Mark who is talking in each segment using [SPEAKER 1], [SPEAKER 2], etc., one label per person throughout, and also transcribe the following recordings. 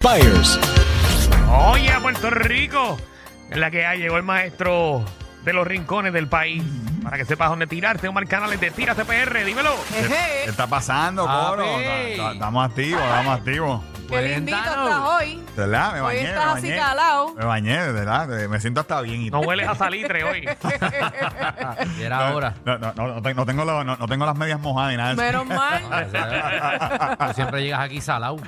[SPEAKER 1] Buyers.
[SPEAKER 2] Oye, a Puerto Rico. En la que ya llegó el maestro de los rincones del país. Para que sepas dónde tirarte, Omar Canales de Tírate PR, dímelo.
[SPEAKER 3] ¿Qué está pasando,
[SPEAKER 4] Ah,
[SPEAKER 3] coro? Ta- ta- Estamos activos, estamos activos.
[SPEAKER 4] Qué lindito estás hoy.
[SPEAKER 3] De ¿Verdad? Me
[SPEAKER 4] Hoy
[SPEAKER 3] bañé,
[SPEAKER 4] estás
[SPEAKER 3] me
[SPEAKER 4] así
[SPEAKER 3] bañé.
[SPEAKER 4] calado.
[SPEAKER 3] Me bañé, de verdad. de- Me siento hasta bien. y-
[SPEAKER 2] No hueles a salitre hoy.
[SPEAKER 5] Y era hora.
[SPEAKER 3] No, no, no, no te- no tengo la- no- no tengo las medias mojadas ni nada. de eso.
[SPEAKER 4] Menos mal.
[SPEAKER 5] Tú siempre llegas aquí salado.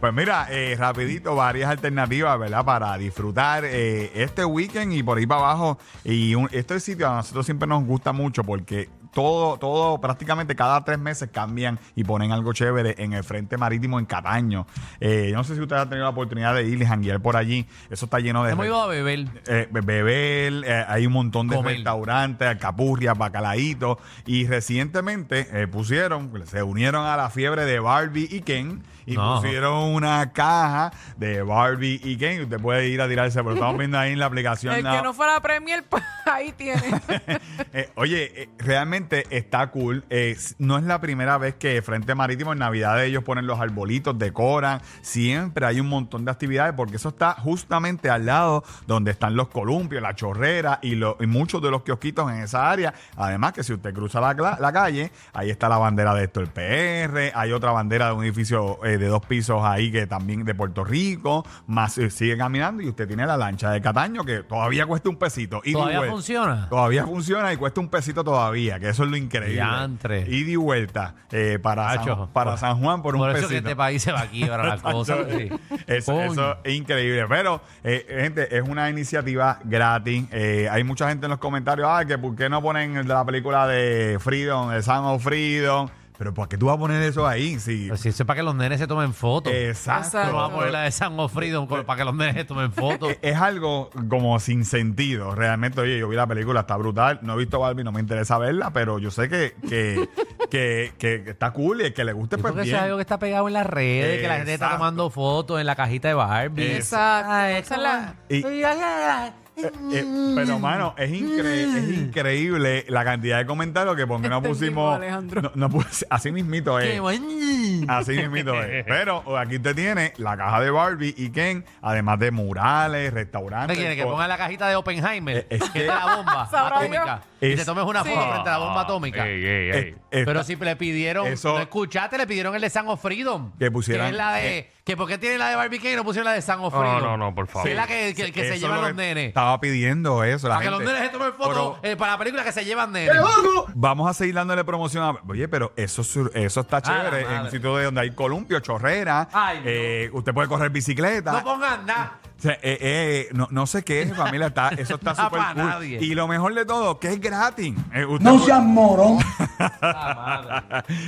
[SPEAKER 3] Pues mira, eh, rapidito, varias alternativas, ¿verdad? Para disfrutar eh, este weekend y por ahí para abajo. Y un- este sitio a nosotros siempre nos gusta mucho porque todo, todo, prácticamente cada tres meses cambian y ponen algo chévere en el Frente Marítimo en Cataño. Eh, yo no sé si ustedes han tenido la oportunidad de ir y janguear por allí. Eso está lleno de...
[SPEAKER 5] Hemos ido a beber.
[SPEAKER 3] eh, be- beber, eh, hay un montón de
[SPEAKER 5] Comer.
[SPEAKER 3] restaurantes, alcapurrias, bacalaitos. Y recientemente eh, pusieron, se unieron a la fiebre de Barbie y Ken y
[SPEAKER 5] No.
[SPEAKER 3] pusieron una caja de Barbie y Ken. Usted puede ir a tirarse, pero estamos viendo ahí en la aplicación.
[SPEAKER 4] El
[SPEAKER 3] la-
[SPEAKER 4] que no fuera Premier, pues, ahí tiene.
[SPEAKER 3] eh, oye, eh, realmente está cool. Eh, s- no es la primera vez que Frente Marítimo en Navidad ellos ponen los arbolitos, decoran. Siempre hay un montón de actividades porque eso está justamente al lado donde están los columpios, la chorrera y, lo- y muchos de los kiosquitos en esa área. Además que si usted cruza la, cla- la calle, ahí está la bandera de esto, el PR. Hay otra bandera de un edificio eh, de dos pisos ahí que también de Puerto Rico. Más eh, sigue caminando y usted tiene la lancha de Cataño que todavía cuesta un pesito. ida y
[SPEAKER 5] ¿Todavía
[SPEAKER 3] vuelta.
[SPEAKER 5] funciona?
[SPEAKER 3] Todavía funciona y cuesta un pesito todavía, que eso es lo increíble.
[SPEAKER 5] Diantre.
[SPEAKER 3] Ida y vuelta eh, para,
[SPEAKER 5] Nacho,
[SPEAKER 3] San, para
[SPEAKER 5] por-
[SPEAKER 3] San Juan por,
[SPEAKER 5] Por
[SPEAKER 3] un
[SPEAKER 5] eso
[SPEAKER 3] pesito.
[SPEAKER 5] que este país se va a quiebrar la cosa. sí.
[SPEAKER 3] Eso,
[SPEAKER 5] Coño.
[SPEAKER 3] eso es increíble. Pero, eh, gente, es una iniciativa gratis. Eh, hay mucha gente en los comentarios, ah, que por qué no ponen el de la película de Freedom, de San of Freedom. Pero ¿por qué tú vas a poner eso ahí? Sí.
[SPEAKER 5] Pero si eso es para que los nenes se tomen fotos.
[SPEAKER 3] Eh, Exacto.
[SPEAKER 5] No vamos a poner la de San Ofrido para que los nenes se tomen fotos.
[SPEAKER 3] Eh, Es algo como sin sentido, realmente. Oye, yo vi la película, está brutal. No he visto Barbie, no me interesa verla, pero yo sé que, que, que, que está cool y que le guste,
[SPEAKER 5] Yo
[SPEAKER 3] pues
[SPEAKER 5] creo que eso es algo
[SPEAKER 3] bien.
[SPEAKER 5] que está pegado en las redes, que la gente está
[SPEAKER 3] Exacto. Ah,
[SPEAKER 5] tomando fotos en la cajita de Barbie.
[SPEAKER 4] Exacto.
[SPEAKER 5] Ay,
[SPEAKER 4] Esa es la-
[SPEAKER 3] Y- Eh, eh, pero, mano,
[SPEAKER 5] Mm.
[SPEAKER 3] es, incre- es increíble la cantidad de comentarios que porque no
[SPEAKER 4] Este es
[SPEAKER 3] pusimos.
[SPEAKER 4] vivo, Alejandro.
[SPEAKER 3] no- no pus- así mismito es.
[SPEAKER 5] Qué buen-
[SPEAKER 3] Así mismito es. Pero aquí usted tiene la caja de Barbie y Ken, además de murales,
[SPEAKER 5] ¿Qué
[SPEAKER 3] restaurantes.
[SPEAKER 5] quiere? Que
[SPEAKER 3] co-
[SPEAKER 5] ponga la cajita de Oppenheimer,
[SPEAKER 3] Eh, es
[SPEAKER 5] que
[SPEAKER 3] que-
[SPEAKER 5] es la bomba
[SPEAKER 4] Sabrá
[SPEAKER 5] atómica.
[SPEAKER 3] Dios.
[SPEAKER 5] Y te
[SPEAKER 3] Es-
[SPEAKER 5] tomes una foto
[SPEAKER 4] Sí.
[SPEAKER 5] frente a la bomba atómica.
[SPEAKER 2] Ah, Ey, ey,
[SPEAKER 3] Eh,
[SPEAKER 2] ey.
[SPEAKER 3] está-
[SPEAKER 5] Pero si le pidieron,
[SPEAKER 3] Eso-
[SPEAKER 5] no escuchaste, le pidieron el de San of Freedom.
[SPEAKER 3] Que pusieran- eh,
[SPEAKER 5] Que es la de. que ¿Por qué tienen la de Barbie King y no pusieron la de San of
[SPEAKER 2] No,
[SPEAKER 5] Freedom?
[SPEAKER 2] no, no, por favor.
[SPEAKER 5] Que es la que, que- que se
[SPEAKER 3] eso
[SPEAKER 5] llevan
[SPEAKER 3] lo
[SPEAKER 5] los
[SPEAKER 3] que
[SPEAKER 5] nenes.
[SPEAKER 3] Estaba pidiendo eso. La
[SPEAKER 5] Para que los
[SPEAKER 3] gente.
[SPEAKER 5] nenes se tomen
[SPEAKER 3] Pero-
[SPEAKER 5] fotos eh, para la película que se llevan nenes.
[SPEAKER 3] Vamos a seguir dándole promoción a. Oye, pero eso, su- eso está chévere.
[SPEAKER 5] Ah, madre.
[SPEAKER 3] en un sitio de donde hay columpio, chorrera.
[SPEAKER 5] Ay, no.
[SPEAKER 3] eh, usted puede correr bicicleta.
[SPEAKER 5] No pongan nada.
[SPEAKER 3] O sea, eh, eh, no, no sé qué es, familia. Está, eso está
[SPEAKER 5] Nada
[SPEAKER 3] súper
[SPEAKER 5] pa'
[SPEAKER 3] cool.
[SPEAKER 5] nadie.
[SPEAKER 3] Y lo mejor de todo, que es gratis. Eh, usted
[SPEAKER 1] No
[SPEAKER 3] puede-
[SPEAKER 1] seas morón.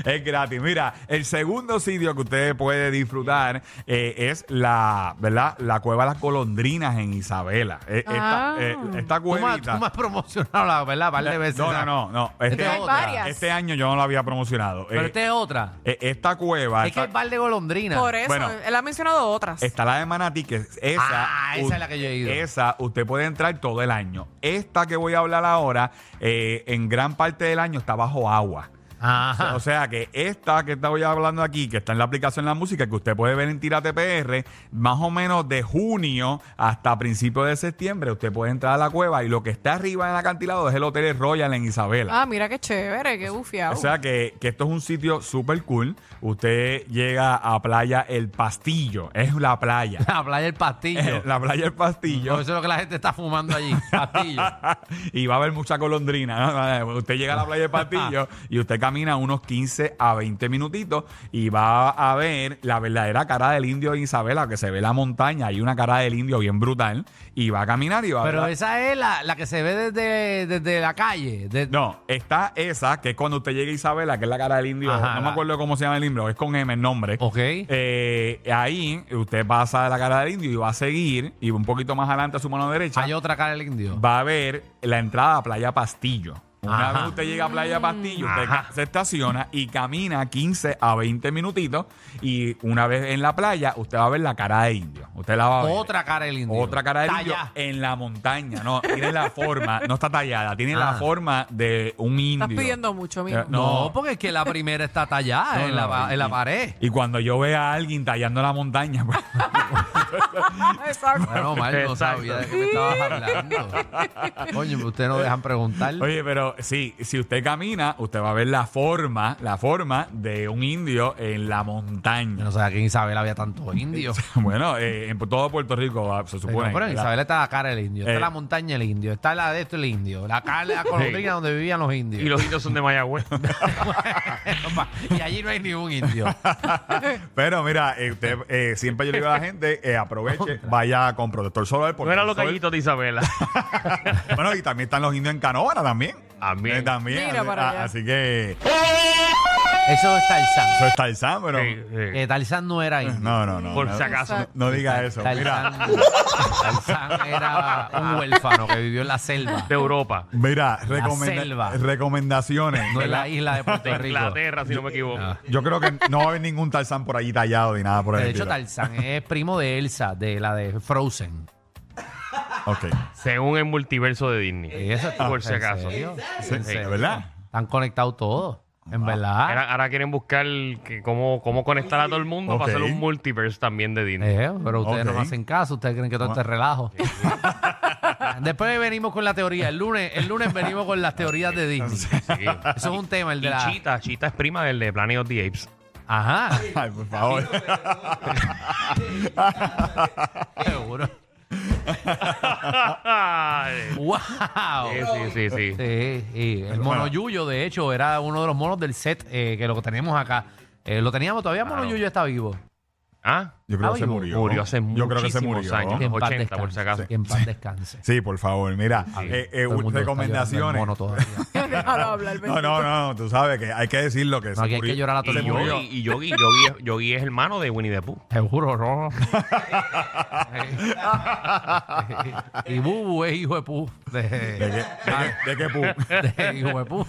[SPEAKER 3] es gratis. Mira, el segundo sitio que usted puede disfrutar eh, es la, ¿verdad? La cueva Las Colondrinas en Isabela. Eh, esta,
[SPEAKER 4] Ah.
[SPEAKER 3] eh, esta
[SPEAKER 5] Tú me, has-
[SPEAKER 3] cuevita.
[SPEAKER 5] tú me has promocionado la verdad, par de veces.
[SPEAKER 3] no, no, no, no.
[SPEAKER 5] Esta
[SPEAKER 3] Este,
[SPEAKER 5] es
[SPEAKER 4] Hay
[SPEAKER 5] otra.
[SPEAKER 4] varias.
[SPEAKER 3] este año yo no la había promocionado.
[SPEAKER 5] Pero este
[SPEAKER 3] Eh,
[SPEAKER 5] esta es otra.
[SPEAKER 3] eh, esta cueva.
[SPEAKER 5] Es que
[SPEAKER 3] esta-
[SPEAKER 5] es bar de golondrina.
[SPEAKER 4] Por e- eso,
[SPEAKER 3] Bueno.
[SPEAKER 4] él ha mencionado otras.
[SPEAKER 3] Está la de Manatí, que es esa.
[SPEAKER 5] Ah, esa
[SPEAKER 3] u-
[SPEAKER 5] es la que yo he ido.
[SPEAKER 3] Esa, usted puede entrar todo el año. Esta que voy a hablar ahora, eh, en gran parte del año está bajo agua.
[SPEAKER 5] Ajá.
[SPEAKER 3] O sea que esta que estaba ya hablando aquí, que está en la aplicación La Música, que usted puede ver en Tira TPR, más o menos de junio hasta principios de septiembre, usted puede entrar a la cueva y lo que está arriba en el acantilado es el Hotel Royal en Isabela.
[SPEAKER 4] Ah, mira qué chévere, qué bufiado.
[SPEAKER 3] O sea que, que esto es un sitio súper cool. Usted llega a Playa El Pastillo. Es la playa.
[SPEAKER 5] La playa del pastillo.
[SPEAKER 3] Eh, la Playa El Pastillo.
[SPEAKER 5] Eso es lo que la gente está fumando allí. Pastillo.
[SPEAKER 3] y va a haber mucha colondrina. ¿no? Usted llega a la playa de Patillo y usted camina unos 15 a 20 minutitos y va a ver la verdadera cara del indio de Isabela, que se ve la montaña, hay una cara del indio bien brutal, y va a caminar y va a ver...
[SPEAKER 5] Pero
[SPEAKER 3] la-
[SPEAKER 5] esa es la, la que se ve desde, desde la calle. de-
[SPEAKER 3] No, está esa, que es cuando usted llega a Isabela, que es la cara del indio,
[SPEAKER 5] Ajá,
[SPEAKER 3] no me
[SPEAKER 5] la-
[SPEAKER 3] acuerdo cómo se llama el indio, es con M el nombre.
[SPEAKER 5] Ok.
[SPEAKER 3] Eh, ahí usted pasa de la cara del indio y va a seguir, y un poquito más adelante a su mano derecha,
[SPEAKER 5] Hay otra cara del indio.
[SPEAKER 3] va a ver la entrada a Playa Pastillo. Una
[SPEAKER 5] Ajá.
[SPEAKER 3] vez usted llega a Playa Pastillo, usted
[SPEAKER 2] Ajá.
[SPEAKER 3] se estaciona y camina 15 a 20 minutitos. Y una vez en la playa, usted va a ver la cara de indio. Usted la va a ver.
[SPEAKER 5] Otra cara del indio.
[SPEAKER 3] Otra cara de
[SPEAKER 5] Está
[SPEAKER 3] indio Eh,
[SPEAKER 5] allá.
[SPEAKER 3] en la montaña. No, tiene la forma, no está tallada, tiene la
[SPEAKER 5] Ah.
[SPEAKER 3] forma de un indio.
[SPEAKER 4] Estás pidiendo mucho, mijo.
[SPEAKER 3] Eh,
[SPEAKER 5] No,
[SPEAKER 3] No.
[SPEAKER 5] porque es que la primera está tallada
[SPEAKER 3] No,
[SPEAKER 5] en, la,
[SPEAKER 3] no,
[SPEAKER 5] pa-
[SPEAKER 3] y-
[SPEAKER 5] en la
[SPEAKER 3] y-
[SPEAKER 5] pared.
[SPEAKER 3] Y cuando yo vea a alguien tallando la montaña, pues,
[SPEAKER 4] Exacto.
[SPEAKER 5] Bueno, Omar, no sabía de qué me estabas hablando. Coño, pero ustedes no dejan preguntar.
[SPEAKER 3] Oye, pero sí, si usted camina, usted va a ver la forma, la forma de un indio en la
[SPEAKER 5] Yo
[SPEAKER 3] montaña.
[SPEAKER 5] no sabía que en Isabel había tantos indios.
[SPEAKER 3] Bueno, eh, en todo Puerto Rico ah, se supone.
[SPEAKER 5] No, pero en
[SPEAKER 3] ¿verdad?
[SPEAKER 5] Isabel está la cara del indio,
[SPEAKER 3] Eh.
[SPEAKER 5] está la montaña del indio, está la de esto del indio, la cara de la colondrina donde vivían los indios.
[SPEAKER 2] Y los indios son de Mayagüez.
[SPEAKER 5] y allí no hay ningún indio.
[SPEAKER 3] Pero mira, eh, usted, eh, siempre yo le digo a la gente, eh, aproveche, vaya con protector solar.
[SPEAKER 2] No
[SPEAKER 3] porque
[SPEAKER 2] eran
[SPEAKER 3] el
[SPEAKER 2] los
[SPEAKER 3] sol-
[SPEAKER 2] gallitos de Isabela.
[SPEAKER 3] Bueno, y también están los indios en Canóvara también.
[SPEAKER 2] También.
[SPEAKER 3] Eh, también.
[SPEAKER 4] Mira
[SPEAKER 3] así,
[SPEAKER 4] para
[SPEAKER 3] a-
[SPEAKER 4] allá.
[SPEAKER 3] así que
[SPEAKER 5] Eso es Tarzán.
[SPEAKER 3] eso es Tarzán, pero...
[SPEAKER 2] Sí, sí.
[SPEAKER 5] Que Tarzán no era indio.
[SPEAKER 3] No, no, no.
[SPEAKER 2] Por
[SPEAKER 3] no,
[SPEAKER 2] si acaso.
[SPEAKER 3] no diga eso. Mira,
[SPEAKER 5] Tarzán, Tarzán era un huérfano que vivió en la selva,
[SPEAKER 2] De Europa.
[SPEAKER 3] mira recomenda-
[SPEAKER 5] selva.
[SPEAKER 3] recomendaciones.
[SPEAKER 5] no en
[SPEAKER 3] ¿verdad?
[SPEAKER 5] la isla de
[SPEAKER 2] De
[SPEAKER 5] Puerto Rico.
[SPEAKER 2] Inglaterra, si no me equivoco.
[SPEAKER 5] Ah.
[SPEAKER 3] Yo creo que no va a haber ningún Tarzán por allí tallado ni nada por el
[SPEAKER 5] De hecho,
[SPEAKER 3] estilo.
[SPEAKER 5] Tarzán es primo de Elsa, de la de Frozen.
[SPEAKER 3] Ok.
[SPEAKER 2] Según el multiverso de Disney.
[SPEAKER 5] Eso Eh, está-
[SPEAKER 2] Por si
[SPEAKER 5] ¿en
[SPEAKER 2] acaso.
[SPEAKER 5] serio?
[SPEAKER 3] Sí,
[SPEAKER 5] ¿En
[SPEAKER 3] ¿De
[SPEAKER 5] serio?
[SPEAKER 3] verdad?
[SPEAKER 5] Están conectados todos, en verdad.
[SPEAKER 2] Ahora, ahora quieren buscar que cómo, cómo conectar a todo el mundo
[SPEAKER 3] Ok.
[SPEAKER 2] para hacer un multiverse también de Disney.
[SPEAKER 5] Eh, pero ustedes no
[SPEAKER 3] Ok.
[SPEAKER 5] me hacen caso, ustedes creen que todo este relajo. Después venimos con la teoría. El lunes, el lunes venimos con las teorías de Disney.
[SPEAKER 2] Sí.
[SPEAKER 5] Eso es un tema, el
[SPEAKER 2] Y
[SPEAKER 5] de la.
[SPEAKER 2] Chita, Chita es prima del de Planet of the Apes.
[SPEAKER 5] Ajá.
[SPEAKER 3] Ay, por favor.
[SPEAKER 5] Seguro.
[SPEAKER 2] sí,
[SPEAKER 5] ¡Wow!
[SPEAKER 2] sí, sí, sí.
[SPEAKER 5] Sí, sí. El mono Yuyo, de hecho, era uno de los monos del set eh, que lo teníamos acá. Eh, lo teníamos todavía, mono
[SPEAKER 2] Claro.
[SPEAKER 5] Yuyo está vivo.
[SPEAKER 2] ¿Ah?
[SPEAKER 3] Yo creo que se
[SPEAKER 5] Ay,
[SPEAKER 3] murió.
[SPEAKER 2] Murió hace
[SPEAKER 3] Yo creo que se
[SPEAKER 2] muchísimos
[SPEAKER 3] murió.
[SPEAKER 2] años.
[SPEAKER 5] Que en paz
[SPEAKER 2] 80, por si acaso.
[SPEAKER 5] descanse. Que en paz descanse.
[SPEAKER 3] Sí, por favor. Mira, eh, eh,
[SPEAKER 5] Todo el mundo está llorando del
[SPEAKER 3] recomendaciones.
[SPEAKER 5] mono todavía.
[SPEAKER 4] Déjalo hablar,
[SPEAKER 3] No, no, no, tú sabes que hay que decirlo que
[SPEAKER 5] No, aquí hay que llorar a todo
[SPEAKER 2] Y
[SPEAKER 5] el
[SPEAKER 3] se
[SPEAKER 5] mundo.
[SPEAKER 3] murió.
[SPEAKER 2] Yogi, y Yogi, Yogi, es- Yogi es hermano de Winnie the Pooh.
[SPEAKER 5] Seguro, no. y Bubu es hijo de pu. De,
[SPEAKER 3] ¿De qué, de qué- de qué
[SPEAKER 5] Ah.
[SPEAKER 3] pu?
[SPEAKER 5] de hijo de pu.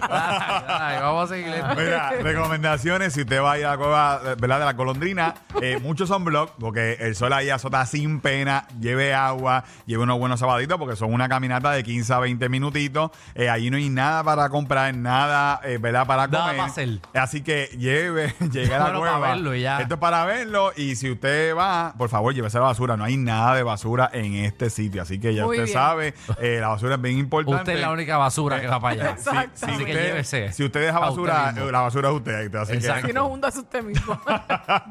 [SPEAKER 5] Ay, ay, vamos a seguir. esto.
[SPEAKER 3] Mira, recomendaciones si usted va a ir a la cueva ¿verdad? de la colondrina, eh, muchos son blogs, porque el sol ahí azota sin pena, lleve agua, lleve unos buenos zapatitos, porque son una caminata de 15 a 20 minutitos, eh, ahí no hay nada para comprar, nada eh, ¿verdad? para
[SPEAKER 5] Nada
[SPEAKER 3] comer.
[SPEAKER 5] para hacer.
[SPEAKER 3] Así que lleve, llegue a la
[SPEAKER 5] Bueno, para
[SPEAKER 3] cueva.
[SPEAKER 5] verlo y ya.
[SPEAKER 3] Esto es para verlo y si usted va, por favor, llévese la basura, no hay nada de basura en este sitio, así que ya
[SPEAKER 4] Muy
[SPEAKER 3] usted
[SPEAKER 4] bien.
[SPEAKER 3] sabe, eh, la basura es bien importante.
[SPEAKER 5] Usted es la única basura que va para allá.
[SPEAKER 3] Si,
[SPEAKER 4] Exacto.
[SPEAKER 3] si
[SPEAKER 5] Así que
[SPEAKER 3] usted,
[SPEAKER 5] llévese.
[SPEAKER 3] si usted deja
[SPEAKER 5] A usted
[SPEAKER 3] basura,
[SPEAKER 5] mismo.
[SPEAKER 3] eh, la basura es usted. Así que-
[SPEAKER 5] Exacto.
[SPEAKER 4] Si no hundas usted mismo.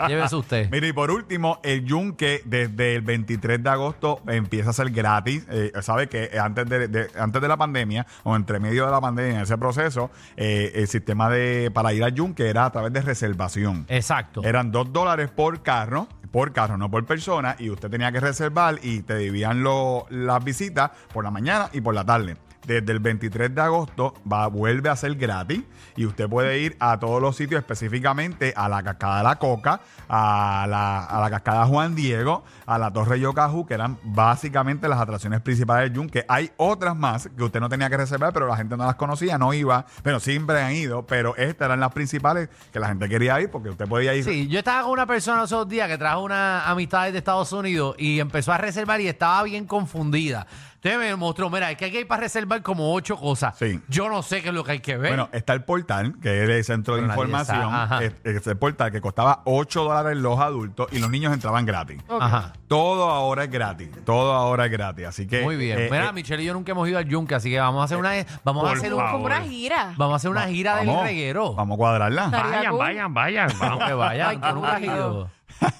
[SPEAKER 5] Llévese usted.
[SPEAKER 3] Mira, y por último, el yunque desde el 23 de agosto empieza a ser gratis. Eh, sabe que antes de, de- antes de la pandemia, o entre medio de la pandemia, en ese proceso, eh, el sistema de para ir al yunque era a través de reservación.
[SPEAKER 5] Exacto.
[SPEAKER 3] Eran dos dólares por carro, por carro, no por persona, y usted tenía que reservar y te dividían lo- las visitas por la mañana y por la tarde. Desde el 23 de agosto va, vuelve a ser gratis y usted puede ir a todos los sitios, específicamente a la Cascada La Coca, a la, a la Cascada Juan Diego, a la Torre Yocajú, que eran básicamente las atracciones principales del Yunque. Hay otras más que usted no tenía que reservar, pero la gente no las conocía, no iba, pero siempre han ido, pero estas eran las principales que la gente quería ir porque usted podía ir
[SPEAKER 5] Sí, yo estaba con una persona esos días que trajo una amistad de Estados Unidos y empezó a reservar y estaba bien confundida. Entonces me mostró, mira, es que aquí hay para reservar como ocho cosas.
[SPEAKER 3] Sí.
[SPEAKER 5] Yo no sé qué es lo que hay que ver.
[SPEAKER 3] Bueno, está el portal, que es el centro de
[SPEAKER 5] Pero nadie
[SPEAKER 3] información.
[SPEAKER 5] sabe, ajá.
[SPEAKER 3] Es, es el portal que costaba 8 dólares los adultos y los niños entraban gratis.
[SPEAKER 4] Ok.
[SPEAKER 5] Ajá.
[SPEAKER 3] Todo ahora es gratis. Todo ahora es gratis. Así que.
[SPEAKER 5] Muy bien.
[SPEAKER 3] eh,
[SPEAKER 5] Mira,
[SPEAKER 3] eh,
[SPEAKER 5] Michelle y yo nunca hemos ido al Yunque, así que vamos a hacer una vamos a
[SPEAKER 2] por
[SPEAKER 5] hacer un-
[SPEAKER 4] Como
[SPEAKER 2] favor.
[SPEAKER 4] una gira.
[SPEAKER 5] vamos a hacer una gira
[SPEAKER 3] eh, vamos,
[SPEAKER 5] del reguero.
[SPEAKER 3] Vamos a cuadrarla.
[SPEAKER 4] Estaría
[SPEAKER 2] Vayan,
[SPEAKER 4] cool.
[SPEAKER 2] vayan, vayan.
[SPEAKER 5] No,
[SPEAKER 2] Vamos.
[SPEAKER 5] que vaya,
[SPEAKER 4] Ay,
[SPEAKER 5] tú nunca has
[SPEAKER 4] qué
[SPEAKER 5] ido.
[SPEAKER 4] aburrido.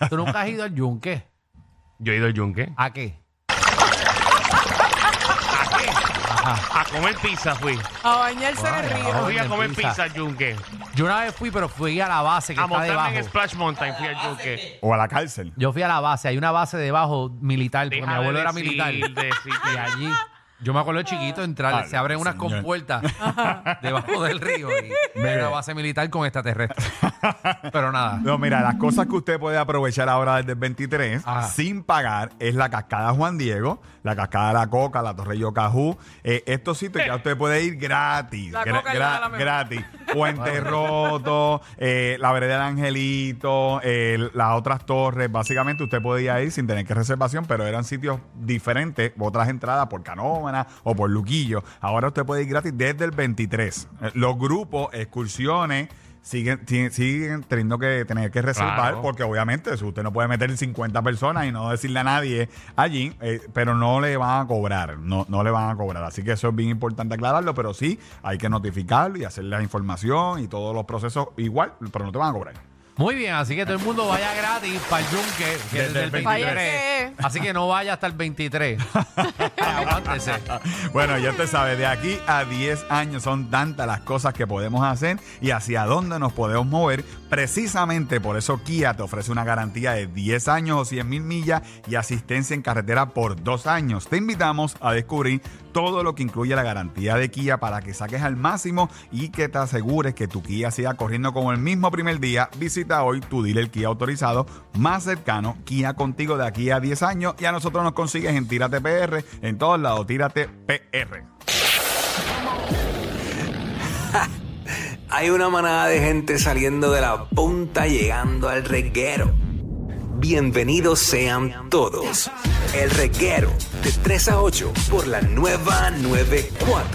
[SPEAKER 5] Tú nunca has ido al Yunque.
[SPEAKER 2] Yo he ido al yunque.
[SPEAKER 5] ¿A qué?
[SPEAKER 2] A comer pizza fui.
[SPEAKER 4] A bañarse en el
[SPEAKER 5] Ay,
[SPEAKER 4] río.
[SPEAKER 5] ay.
[SPEAKER 2] Fui a comer
[SPEAKER 5] pizza.
[SPEAKER 2] pizza al yunque.
[SPEAKER 5] Yo una vez fui, pero fui a la base que
[SPEAKER 2] A
[SPEAKER 5] está
[SPEAKER 2] montarme en
[SPEAKER 5] debajo.
[SPEAKER 2] Splash Mountain fui al yunque.
[SPEAKER 3] O a la cárcel.
[SPEAKER 5] Yo fui a la base, hay una base debajo militar, porque
[SPEAKER 2] Deja
[SPEAKER 5] mi
[SPEAKER 2] de
[SPEAKER 5] abuelo era
[SPEAKER 2] decir,
[SPEAKER 5] militar.
[SPEAKER 2] de decir.
[SPEAKER 5] Y allí, yo me acuerdo de chiquito entrar,
[SPEAKER 3] Ah,
[SPEAKER 5] se abren unas
[SPEAKER 3] señor.
[SPEAKER 5] compuertas debajo del río y
[SPEAKER 3] Mire.
[SPEAKER 5] hay una base militar con extraterrestres. Pero nada.
[SPEAKER 3] No, mira, las cosas que usted puede aprovechar ahora desde el 23
[SPEAKER 5] Ajá.
[SPEAKER 3] sin pagar es la cascada Juan Diego, la cascada La Coca, la Torre Yocajú. Eh, estos sitios ya usted puede ir gratis.
[SPEAKER 4] La Coca es la de la mejor.
[SPEAKER 3] gratis. Puente Roto, eh, la Vereda del Angelito, eh, las otras torres. Básicamente usted podía ir sin tener que reservación, pero eran sitios diferentes, otras entradas por Canómana o por Luquillo. Ahora usted puede ir gratis desde el 23. Eh, Los grupos, excursiones, siguen, ti- siguen teniendo que tener que reservar
[SPEAKER 2] Claro.
[SPEAKER 3] porque obviamente si usted no puede meter 50 personas y no decirle a nadie allí, eh, pero no le van a cobrar, no, no le van a cobrar. Así que eso es bien importante aclararlo, pero sí hay que notificarlo y hacer la información y todos los procesos igual, pero no te van a cobrar.
[SPEAKER 5] Muy bien, así que todo el mundo vaya gratis para el yunque, que es
[SPEAKER 3] Desde
[SPEAKER 5] desde
[SPEAKER 3] el
[SPEAKER 5] el
[SPEAKER 4] 23.
[SPEAKER 5] 23. Así que no vaya hasta el 23. Aguántese.
[SPEAKER 3] Bueno, ya te sabes, de aquí a 10 años son tantas las cosas que podemos hacer y hacia dónde nos podemos mover. Precisamente por eso Kia te ofrece una garantía de 10 años o 100 mil millas y asistencia en carretera por 2 años. Te invitamos a descubrir todo lo que incluye la garantía de Kia para que saques al máximo y que te asegures que tu Kia siga corriendo como el mismo primer día. Visita hoy tu dealer Kia autorizado más cercano, Kia contigo de aquí a 10 años y a nosotros nos consigues en Tírate PR, en todos lados, Tírate PR.
[SPEAKER 6] Hay una manada de gente saliendo de la punta llegando al reguero. Bienvenidos sean todos. El reguero de 3 a 8 por la nueva 94.